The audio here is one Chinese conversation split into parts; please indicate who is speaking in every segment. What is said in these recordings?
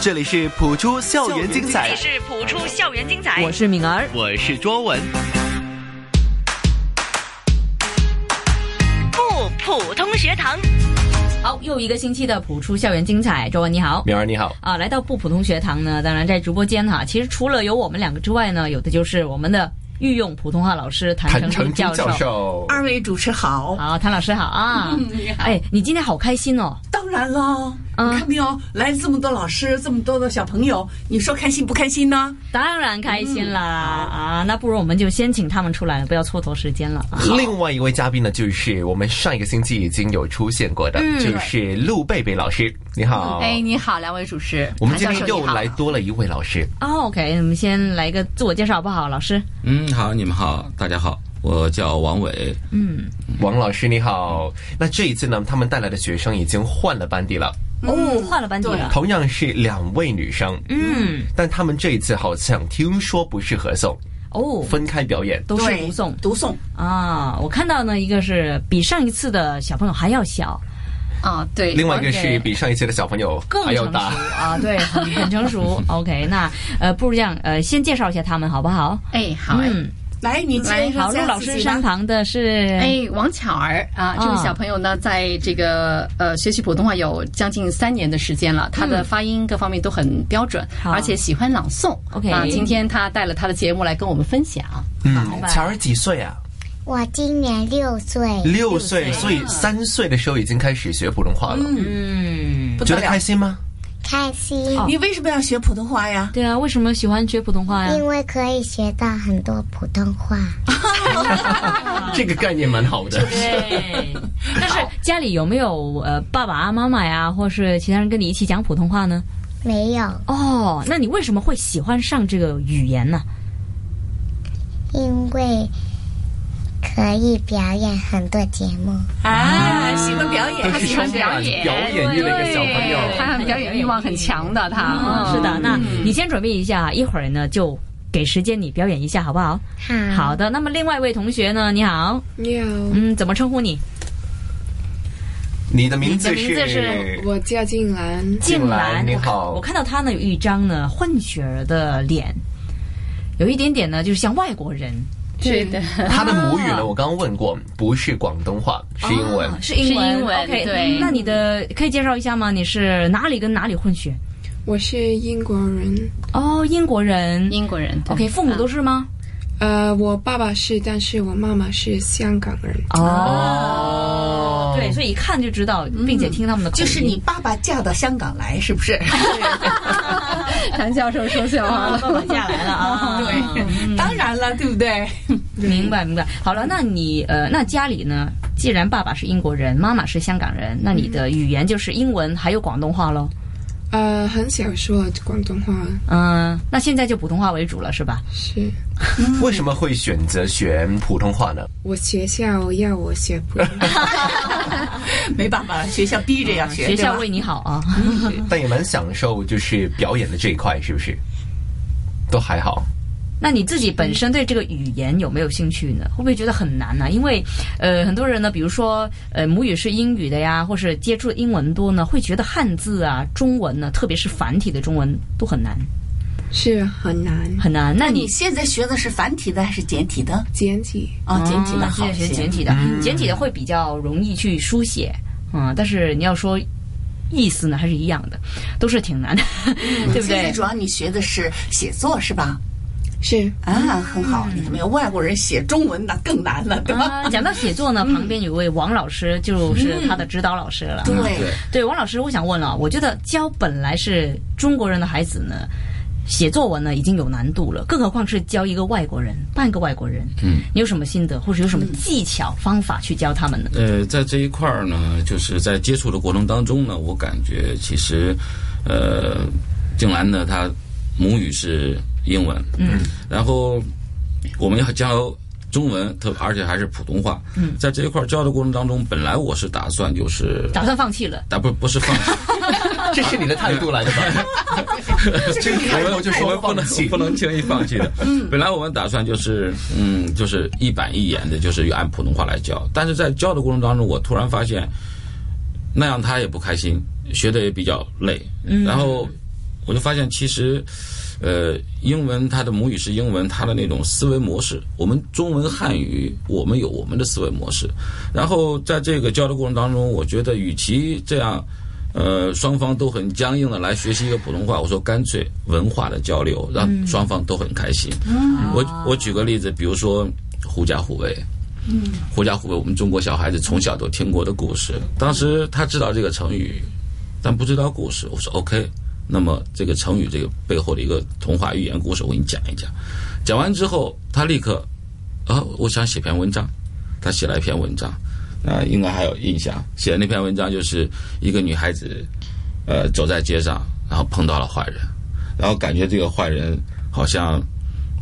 Speaker 1: 这里是普出校园精彩，
Speaker 2: 是普出校园精彩
Speaker 3: 我是敏儿，
Speaker 1: 我是卓文。
Speaker 2: 不普通学堂。
Speaker 3: 好，又一个星期的普出校园精彩，周文你好。
Speaker 4: 明儿你好，
Speaker 3: 啊，来到不普通学堂呢，当然在直播间哈，其实除了有我们两个之外呢，有的就是我们的御用普通话老师谭
Speaker 4: 谭
Speaker 3: 成
Speaker 4: 成
Speaker 3: 珠
Speaker 4: 珠
Speaker 3: 教授。
Speaker 4: 教授，
Speaker 5: 二位主持好，
Speaker 3: 好，谭老师好啊！哎，你今天好开心哦！
Speaker 5: 当然喽，
Speaker 3: 嗯
Speaker 5: 你看没有，来了这么多老师，这么多的小朋友，你说开心不开心呢？
Speaker 3: 当然开心
Speaker 4: 嗯
Speaker 3: 啦、啊！那不如我们就先请他们出来，不要蹉跎时间了啊！
Speaker 4: 另外一位嘉宾呢，就是我们上一个星期已经有出现过的，
Speaker 1: 嗯
Speaker 4: 就是陆贝贝老师，你
Speaker 3: 啊
Speaker 4: 好。
Speaker 6: 哎，你好，两位主持，
Speaker 4: 我们今
Speaker 6: 谭
Speaker 4: 天
Speaker 6: 教授
Speaker 4: 又
Speaker 6: 你好
Speaker 4: 来多了一位老师，
Speaker 3: 哦，OK，我们先来个自我介绍好不好，老师？
Speaker 7: 嗯，好，你们好，大家好，我叫王伟。
Speaker 1: 嗯
Speaker 4: 王老师你好。那这一次呢，他们带来的学生已经换了班底了，
Speaker 3: 哦，换了班底
Speaker 1: 嗯
Speaker 3: 了。
Speaker 4: 同样是两位女生，
Speaker 3: 嗯，
Speaker 4: 但他们这一次好像听说不是合奏，
Speaker 3: 哦，
Speaker 4: 分开表演。
Speaker 3: 都是
Speaker 5: 对
Speaker 3: 读诵
Speaker 5: 读诵，
Speaker 3: 啊！我看到呢，一个是比上一次的小朋友还要小，
Speaker 6: 啊，对，
Speaker 4: 另外一个
Speaker 3: 王
Speaker 4: 是
Speaker 3: 伟
Speaker 4: 比上一次的小朋友
Speaker 3: 更
Speaker 4: 还要
Speaker 3: 成熟
Speaker 4: 大。
Speaker 3: 啊，对， 很很成熟。OK，那呃，不如这样，呃，先介绍一下他们好不好？
Speaker 6: 哎，好，哎，
Speaker 3: 嗯，
Speaker 5: 来，你介
Speaker 3: 好，
Speaker 5: 绍一
Speaker 3: 陆
Speaker 5: 下
Speaker 3: 老
Speaker 5: 自
Speaker 3: 师
Speaker 5: 己
Speaker 3: 身
Speaker 5: 吧。
Speaker 3: 旁的是，
Speaker 6: 哎，王巧儿啊，这个
Speaker 3: 啊
Speaker 6: 小朋友呢，在这个呃学习普通话有将近三年的时间了，他的发音各方面都很标准，
Speaker 3: 好
Speaker 6: 而且喜欢朗诵。
Speaker 3: OK
Speaker 6: 啊，今天他带了他的节目来跟我们分享。
Speaker 4: 嗯，乔儿几岁啊？
Speaker 8: 我今年六岁，
Speaker 4: 六岁，所以三岁的时候已经开始学普通话了。
Speaker 3: 嗯，
Speaker 5: 不
Speaker 4: 觉
Speaker 5: 得
Speaker 4: 得
Speaker 5: 了
Speaker 4: 开，心吗？
Speaker 8: 开心，
Speaker 5: 你为什么要学普通话呀？
Speaker 3: 对啊，为什么喜欢学普通话呀？
Speaker 8: 因为可以学到很多普通话。
Speaker 4: 这个概念蛮好的。
Speaker 3: 对，但是家里有没有呃爸爸啊、妈妈呀，或是其他人跟你一起讲普通话呢？
Speaker 8: 没有，
Speaker 3: 哦，那你为什么会喜欢上这个语言呢？
Speaker 8: 因为可以表演很多节目。
Speaker 3: 嗯
Speaker 5: 啊，喜欢表
Speaker 4: 都
Speaker 5: 演，
Speaker 4: 是
Speaker 5: 喜
Speaker 4: 充
Speaker 5: 欢表演。
Speaker 4: 满表演欲的一个小朋
Speaker 6: 对
Speaker 4: 友。
Speaker 6: 他很表演欲望很强嗯的，他、
Speaker 3: 啊是的，那你先准备一下，一会儿呢就给时间你表演一下，好不好？
Speaker 8: 好，
Speaker 3: 好的，那么另外一位同学呢？你好，
Speaker 9: 你好，
Speaker 3: 嗯，怎么称呼你？
Speaker 4: 你的名字
Speaker 3: 你的名字是
Speaker 4: 是？
Speaker 9: 我叫静兰。
Speaker 3: 静兰，
Speaker 4: 兰你
Speaker 3: 我看
Speaker 4: 好
Speaker 3: 我看到她呢有一张呢混血儿的脸，有一点点呢就是像外国人，
Speaker 6: 是的，
Speaker 4: 他的母语呢？我刚刚问过，不是广东话，是英文
Speaker 3: 啊。是英文
Speaker 6: 是英文
Speaker 3: OK，
Speaker 6: 对
Speaker 3: 那你的可以介绍一下吗？你是哪里跟哪里混血？
Speaker 9: 我是英国人，
Speaker 3: 哦，英国人。啊
Speaker 6: 英国人。对啊
Speaker 3: OK，父母都是吗？
Speaker 9: 呃，我爸爸是，但是我妈妈是香港人。
Speaker 3: 哦，啊对，所以一看就知道，并且听他们的口音
Speaker 5: 就是你爸爸嫁到香港来，是不是？
Speaker 6: 谭教授说笑话
Speaker 3: 啊，
Speaker 6: 了。
Speaker 3: 爸爸嫁来了啊。
Speaker 5: 对，当然了，对不对？嗯
Speaker 3: 明白明白。好了，那你呃，那家里呢？既然爸爸是英国人，妈妈是香港人，那你的
Speaker 5: 嗯
Speaker 3: 语言就是英文还有广东话喽。
Speaker 9: 呃，很小说广东话，
Speaker 3: 嗯，那现在就普通话为主了是吧？
Speaker 9: 是
Speaker 4: 为什么会选择学普通话呢？
Speaker 9: 我学校要我学普通话。
Speaker 5: 没办法了，学校逼着要
Speaker 3: 嗯
Speaker 5: 学，
Speaker 3: 学校
Speaker 5: 对
Speaker 3: 为
Speaker 5: 吧
Speaker 3: 你好啊。
Speaker 4: 但也蛮享受，就是表演的这一块，是不是？都还好。
Speaker 3: 那你自己本身对这个语言有没有兴趣呢？会不会觉得很难啊呢、因为呃，很多人呢，比如说呃，母语是英语的呀，或是接触英文多呢，会觉得汉字啊、中文呢，特别是繁体的中文都很难，
Speaker 9: 是很难
Speaker 3: 很难。那你
Speaker 5: 你现在学的是繁体的还是简体的？
Speaker 9: 简体，
Speaker 5: 哦，简体
Speaker 3: 哦现
Speaker 5: 的好
Speaker 3: 在学
Speaker 5: 些嗯
Speaker 3: 简体的，简体的会比较容易去书写，嗯，但是你要说意思呢，还是一样的，都是挺难的，对不
Speaker 5: 现在
Speaker 3: 对？
Speaker 5: 嗯主要你学的是写作是吧？
Speaker 9: 是
Speaker 5: 啊，很好，
Speaker 3: 嗯
Speaker 5: 你看没有，外国人写中文那更难了，对吧？
Speaker 3: 啊，讲到写作呢，旁边有位王老师，就是他的指导老师了。
Speaker 5: 嗯对，
Speaker 3: 对，王老师，我想问了，我觉得教本来是中国人的孩子呢，写作文呢已经有难度了，更何况是教一个外国人，半个外国人。嗯，你有什么心得，或者有什么技巧、方法去教他们呢？
Speaker 7: 呃，在这一块儿呢，就是在接触的过程当中呢，我感觉其实，呃，静兰呢，她母语是英文，嗯，然后我们要教中文，特而且还是普通话，嗯，在这一块儿教的过程当中，本来我是打算就是，
Speaker 3: 打算放弃了。
Speaker 7: 打不不是放弃，
Speaker 4: 这是你的态度来的吧？这个
Speaker 7: 我
Speaker 4: 朋
Speaker 7: 们
Speaker 4: 友就
Speaker 7: 我
Speaker 4: 说
Speaker 7: 们不
Speaker 4: 放
Speaker 7: 能
Speaker 4: 弃
Speaker 7: 不。能轻易放弃的。本来我们打算就是嗯，就是一板一眼的，就是按普通话来教。但是在教的过程当中，我突然发现那样他也不开心，学的也比较累。然后我就发现其实，呃，英文它的母语是英文，它的那种思维模式，我们中文汉语我们有我们的思维模式。然后在这个交流过程当中，我觉得与其这样，呃，双方都很僵硬的来学习一个普通话，我说干脆文化的交流，让双方都很开心。我我举个例子，比如说狐假虎威。狐假虎威，我们中国小孩子从小都听过的故事。当时他知道这个成语，但不知道故事。我说 OK，那么这个成语这个背后的一个童话寓言故事，我给你讲一讲。讲完之后，他立刻啊，我想写篇文章。他写了一篇文章，啊，应该还有印象。写的那篇文章就是一个女孩子，呃，走在街上，然后碰到了坏人，然后感觉这个坏人好像。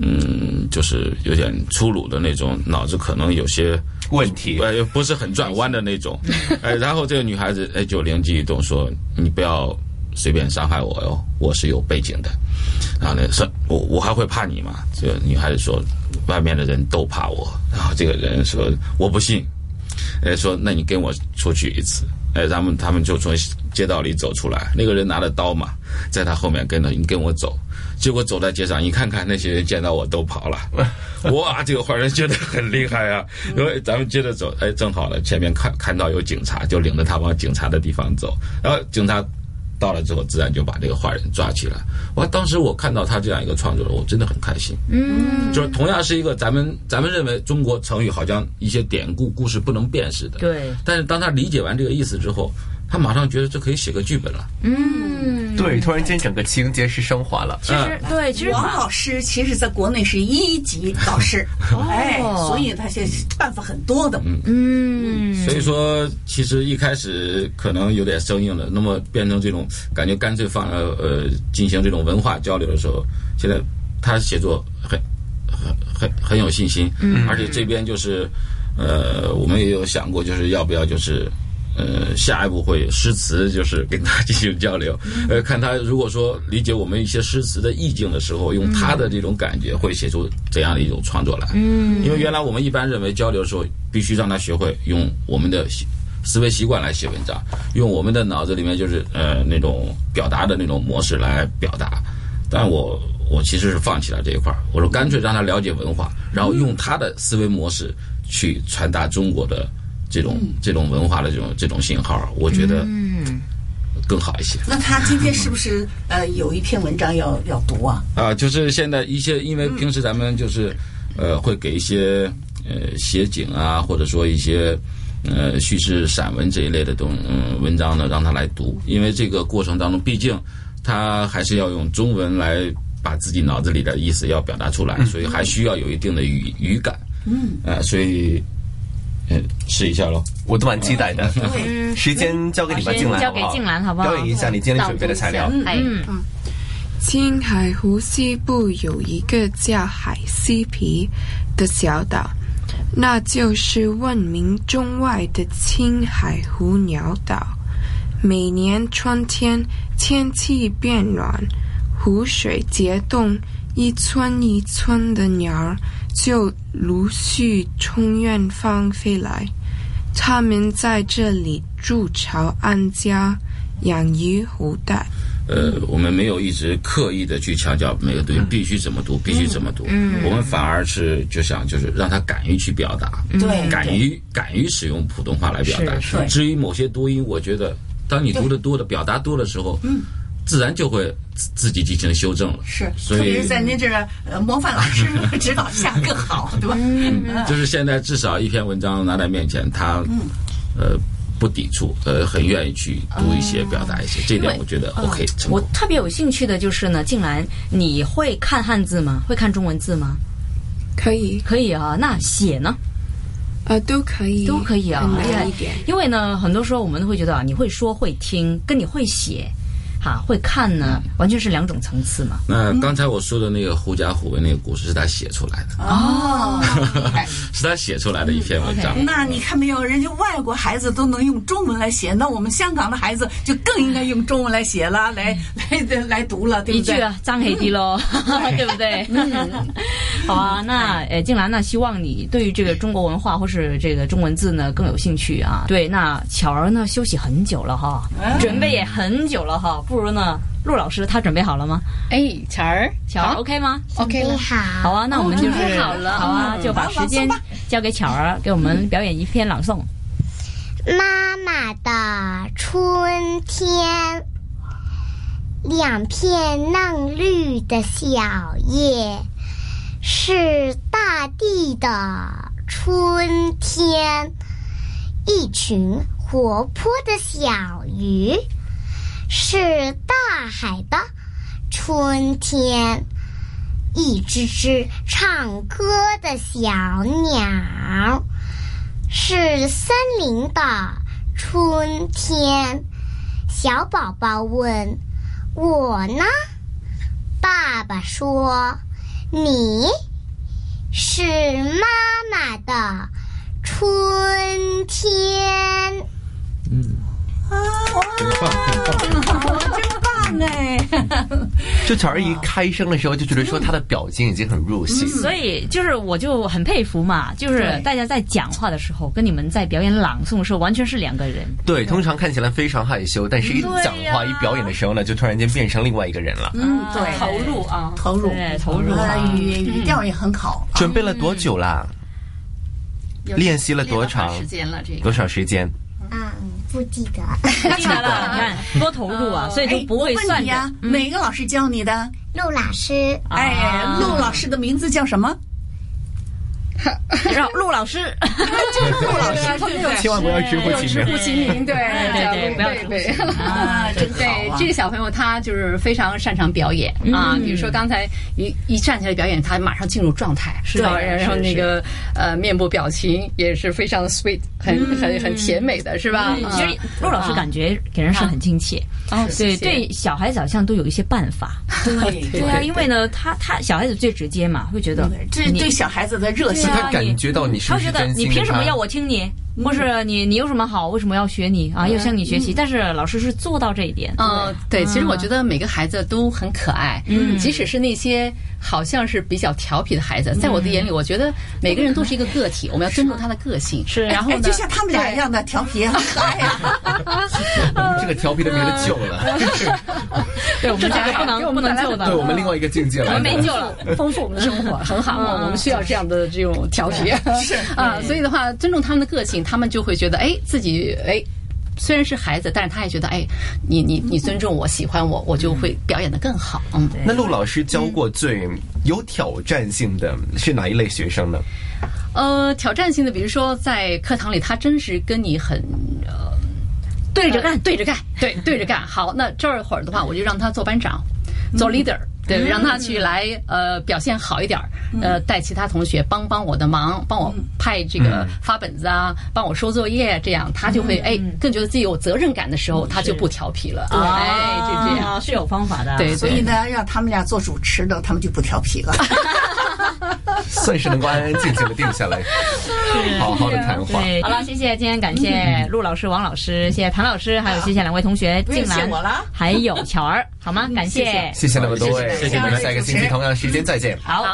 Speaker 7: 嗯，就是有点粗鲁的那种，脑子可能有些
Speaker 4: 问题，
Speaker 7: 呃，不是很转弯的那种。哎，然后这个女孩子哎就灵机一动说：“你不要随便伤害我哟，我是有背景的。”然后呢，说我我还会怕你吗？这个女孩子说：“外面的人都怕我。”然后这个人说：“我不信。”哎，说：“那你跟我出去一次。”哎，咱们他们就从街道里走出来，那个人拿着刀嘛，在他后面跟着，你跟我走。结果走在街上，你看看那些人见到我都跑了，哇，这个坏人觉得很厉害啊！因为咱们接着走，哎，正好了，前面看看到有警察，就领着他往警察的地方走。然后警察到了之后，自然就把这个坏人抓起来。哇，当时我看到他这样一个创作者，我真的很开心。嗯，就是同样是一个咱们咱们认为中国成语好像一些典故故事不能辨识的，
Speaker 3: 对，
Speaker 7: 但是当他理解完这个意思之后，他马上觉得这可以写个剧本了。
Speaker 3: 嗯，
Speaker 4: 对，突然间整个情节是升华了。
Speaker 3: 其实对，其实
Speaker 5: 王
Speaker 3: 蛮
Speaker 5: 老师其实在国内是一级导师，
Speaker 3: 哦
Speaker 5: 哎，所以他现在办法很多的。
Speaker 3: 嗯，
Speaker 7: 所以说，其实一开始可能有点生硬了，那么变成这种感觉，干脆放呃呃进行这种文化交流的时候，现在他写作很很很很有信心，而且这边就是呃，我们也有想过，就是要不要就是。呃，下一步会诗词，就是跟他进行交流，呃，看他如果说理解我们一些诗词的意境的时候，用他的这种感觉，会写出怎样的一种创作来？嗯，因为原来我们一般认为交流的时候，必须让他学会用我们的习呃思维习惯来写文章，用我们的脑子里面就是呃那种表达的那种模式来表达，但我我其实是放弃了这一块儿，我说干脆让他了解文化，然后用他的思维模式去传达中国的这种、这种文化的这种这种信号，我觉得更好一些。
Speaker 5: 那他今天是不是呃有一篇文章要要读啊？
Speaker 7: 啊，就是现在一些，因为平时咱们就是，呃，会给一些呃写景啊，或者说一些呃叙事散文这一类的东嗯文章呢，让他来读，因为这个过程当中，毕竟他还是要用中文来把自己脑子里的意思要表达出来，所以还需要有一定的语语感。嗯，啊，所以，呃，试一下喽。
Speaker 4: 我都蛮期待的。
Speaker 5: 对
Speaker 4: 时间交给你吧，
Speaker 3: 嗯时间
Speaker 4: 静兰，
Speaker 3: 交给静兰好不好
Speaker 4: 表演一下你今天准备的材 料。
Speaker 6: 哎，
Speaker 7: 嗯
Speaker 3: 嗯
Speaker 9: 青海湖西部有一个叫海西皮的小岛，那就是闻名中外的青海湖鸟岛。每年春天天气变暖，湖水结冻，一村一村的鸟儿就陆续从远方飞来。它们在这里筑巢安家，养鱼糊带。
Speaker 7: 呃，我们没有一直刻意的去强调每个东
Speaker 5: 嗯
Speaker 7: 西必须怎么读，必须怎么读。嗯，我们反而是就想就是让他敢于去表达，
Speaker 3: 嗯
Speaker 5: 对
Speaker 7: 敢于敢于使用普通话来表达。
Speaker 5: 嗯是是
Speaker 7: 至于某些读音，我觉得当你读的多的表达多的时候，嗯，自然就会自自己进行修正了。
Speaker 5: 是，
Speaker 7: 所
Speaker 5: 特
Speaker 7: 以
Speaker 5: 别是在您这儿呃模范老 师指导下更好，对吧？
Speaker 3: 嗯
Speaker 7: 嗯
Speaker 5: 嗯
Speaker 7: 就是现在至少一篇文章拿在面前，他呃不抵触，呃很愿意去读一
Speaker 5: 嗯
Speaker 7: 些、表达一些，这点我觉得 OK 成
Speaker 3: 我
Speaker 7: 功。
Speaker 3: 特别有兴趣的就是呢，静兰，你会看汉字吗？会看中文字吗？
Speaker 9: 可以，
Speaker 3: 可以啊，那写呢？
Speaker 9: 呃，都可
Speaker 7: 嗯
Speaker 9: 以，
Speaker 3: 都可以啊，
Speaker 9: 很难一点。
Speaker 3: 因为呢，很多时候我们会觉得啊，你会说会听，跟你会写，哈、会看呢，
Speaker 7: 嗯
Speaker 3: 完全是两种层次嘛。
Speaker 7: 那刚才我说的那个狐假虎威那个故事是他写出来的。
Speaker 5: 哦，
Speaker 7: 是他写出来的一篇文章。
Speaker 5: 那你看没有，人家外国孩子都能用中文来写，那我们香港的孩子就更应该用中文来写了，来来来来读了，对
Speaker 3: 一
Speaker 5: 不
Speaker 3: 句
Speaker 5: 对？
Speaker 3: 啊，张黑的咯， 对不对？好啊，那呃，静兰，那希望你对于这个中国文化或是这个中文字呢更有兴趣啊。对，那巧儿呢休息很久了哈，准备也很久了哈，不如呢陆老师他准备好了吗？
Speaker 6: 哎，巧儿，
Speaker 3: 巧儿 OK 吗？
Speaker 6: ，OK
Speaker 8: 你
Speaker 6: 了。
Speaker 8: 好，
Speaker 3: 好啊，那我们
Speaker 6: 哦
Speaker 3: 就是
Speaker 6: 准备好了
Speaker 3: 好啊，
Speaker 6: 嗯
Speaker 3: 就把时间交给巧儿，给我们表演一篇朗诵。
Speaker 8: 妈妈的春天，两片嫩绿的小叶，是大地的春天。一群活泼的小鱼，是大海的春天。一只只唱歌的小鸟。是森林的春天。小宝宝问：“我呢？”爸爸说：“你是妈妈的春天。
Speaker 4: 很棒，很棒。
Speaker 5: 棒哎，
Speaker 4: 就巧儿一开声的时候，就觉得说她的表情已经很入戏。
Speaker 3: 所以就是我就很佩服嘛，就是
Speaker 6: 对
Speaker 3: 大家在讲话的时候，跟你们在表演朗诵的时候完全是两个人。
Speaker 4: 对，通常看起来非常害羞，但是一
Speaker 3: 嗯对
Speaker 4: 讲话、
Speaker 3: 呀
Speaker 4: 一表演的时候呢，就突然间变成另外一个人了。
Speaker 5: 嗯，对，
Speaker 3: 投入啊，
Speaker 5: 投入，
Speaker 3: 对投入
Speaker 5: 呃
Speaker 3: 啊
Speaker 5: 语语调也很好。
Speaker 4: 准备了多久啦？
Speaker 6: 有
Speaker 4: 练习了多
Speaker 6: 练
Speaker 4: 长
Speaker 6: 时间了？这个
Speaker 4: 多少时间？”
Speaker 8: 嗯，不记得。
Speaker 3: 记得了，你看多投入啊，所以就
Speaker 5: 哎
Speaker 3: 不会
Speaker 5: 我问
Speaker 3: 算
Speaker 5: 你
Speaker 3: 的嗯
Speaker 5: 呀，哪个老师教你的？
Speaker 8: 陆老师，
Speaker 5: 哎，
Speaker 3: 啊
Speaker 5: 陆老师的名字叫什么？
Speaker 3: 让陆老师，
Speaker 5: 陆老师，对不对
Speaker 4: 千万不要直呼其
Speaker 6: 直呼
Speaker 4: 名。
Speaker 6: 其名， 对
Speaker 3: 对
Speaker 6: 叫
Speaker 3: 哎对
Speaker 6: 陆
Speaker 3: 不要
Speaker 6: 贝
Speaker 3: 直呼
Speaker 6: 贝
Speaker 3: 其名
Speaker 5: 啊，这个
Speaker 6: 对
Speaker 5: 好啊
Speaker 6: 这。个小朋友，他就是非常擅长表演
Speaker 3: 嗯
Speaker 6: 啊。比如说刚才一一站起来表演，他马上进入状态，
Speaker 3: 是
Speaker 6: 吧？
Speaker 3: 是
Speaker 6: 然后
Speaker 3: 是
Speaker 6: 那个呃面部表情也是非常 sweet，很很很甜美的是吧？
Speaker 3: 嗯
Speaker 6: 啊
Speaker 3: 其实陆老师感觉给人是很亲切，
Speaker 6: 哦，
Speaker 3: 对
Speaker 6: 谢谢
Speaker 3: 对，小孩子好像都有一些办法。对啊，因为呢，他他小孩子最直接嘛，会觉得
Speaker 5: 这
Speaker 3: 你
Speaker 5: 对小孩子的热
Speaker 3: 对
Speaker 5: 情
Speaker 3: 啊，
Speaker 4: 他感觉到你是
Speaker 3: 他
Speaker 4: 不
Speaker 3: 会觉
Speaker 4: 是
Speaker 3: 得
Speaker 4: 真
Speaker 3: 你
Speaker 4: 心的
Speaker 3: 凭什么
Speaker 4: 他
Speaker 3: 要我听你，或是你你有什么好，为什么要学你啊？要向你学习。但是老师是做到这一点，
Speaker 6: 嗯，对，其实我觉得每个孩子都很可爱，嗯，即使是那些好像是比较调皮的孩子，在我
Speaker 3: 嗯
Speaker 6: 的眼里，我觉得每个人都是一个个体，我们要尊重他的个性。
Speaker 3: 是
Speaker 6: 然后
Speaker 5: 哎，
Speaker 6: 呢，
Speaker 5: 就像他们俩一样的调皮，啊很可爱呀。
Speaker 4: 我们这个调皮的没得救 了，
Speaker 3: 对我们这个不能不能做
Speaker 4: 对
Speaker 3: 到，
Speaker 4: 我们另外一个境界
Speaker 6: 我
Speaker 4: 了
Speaker 6: 们。没救了，丰富我们的生活，很好，
Speaker 3: 嗯
Speaker 6: 我们需要这样的这种调皮
Speaker 5: 是
Speaker 6: 啊，所以的话，尊重他们的个性，他们就会觉得，哎，自己哎。虽然是孩子，但是他也觉得，哎，你你你尊重我，喜欢我，我就会表演的更好。嗯，
Speaker 4: 那陆老师教过最有挑战性的是哪一类学生呢？
Speaker 6: 呃，挑战性的，比如说在课堂里，他真是跟你很呃
Speaker 3: 对着干。
Speaker 6: 对着干，呃对对着干。好，那这会儿的话，我就让他做班长，做 leader，对，让他去来呃表现好一点儿，呃，带其他同学帮帮我的忙，帮我派这个发本子啊，帮我收作业，这样他就会哎更觉得自己有责任感的时候，他就不调皮了，哎，就这样。
Speaker 3: 啊，是有方法的。
Speaker 6: 对，
Speaker 5: 所以
Speaker 6: 对
Speaker 5: 呢，让他们俩做主持的，他们就不调皮了。
Speaker 4: 算是能够安安静静的定下 来，好好的谈话。
Speaker 3: 对，好了，谢谢，今天感谢陆老师、王老师，谢谢谭老师，还有谢谢两位同学
Speaker 5: 嗯不用
Speaker 3: 进
Speaker 5: 谢
Speaker 3: 来，
Speaker 5: 我了
Speaker 3: 还有巧儿，好吗？感谢，
Speaker 4: 谢谢那么多位，
Speaker 5: 谢谢
Speaker 4: 我们下一个星期同样时间再见。
Speaker 3: 好。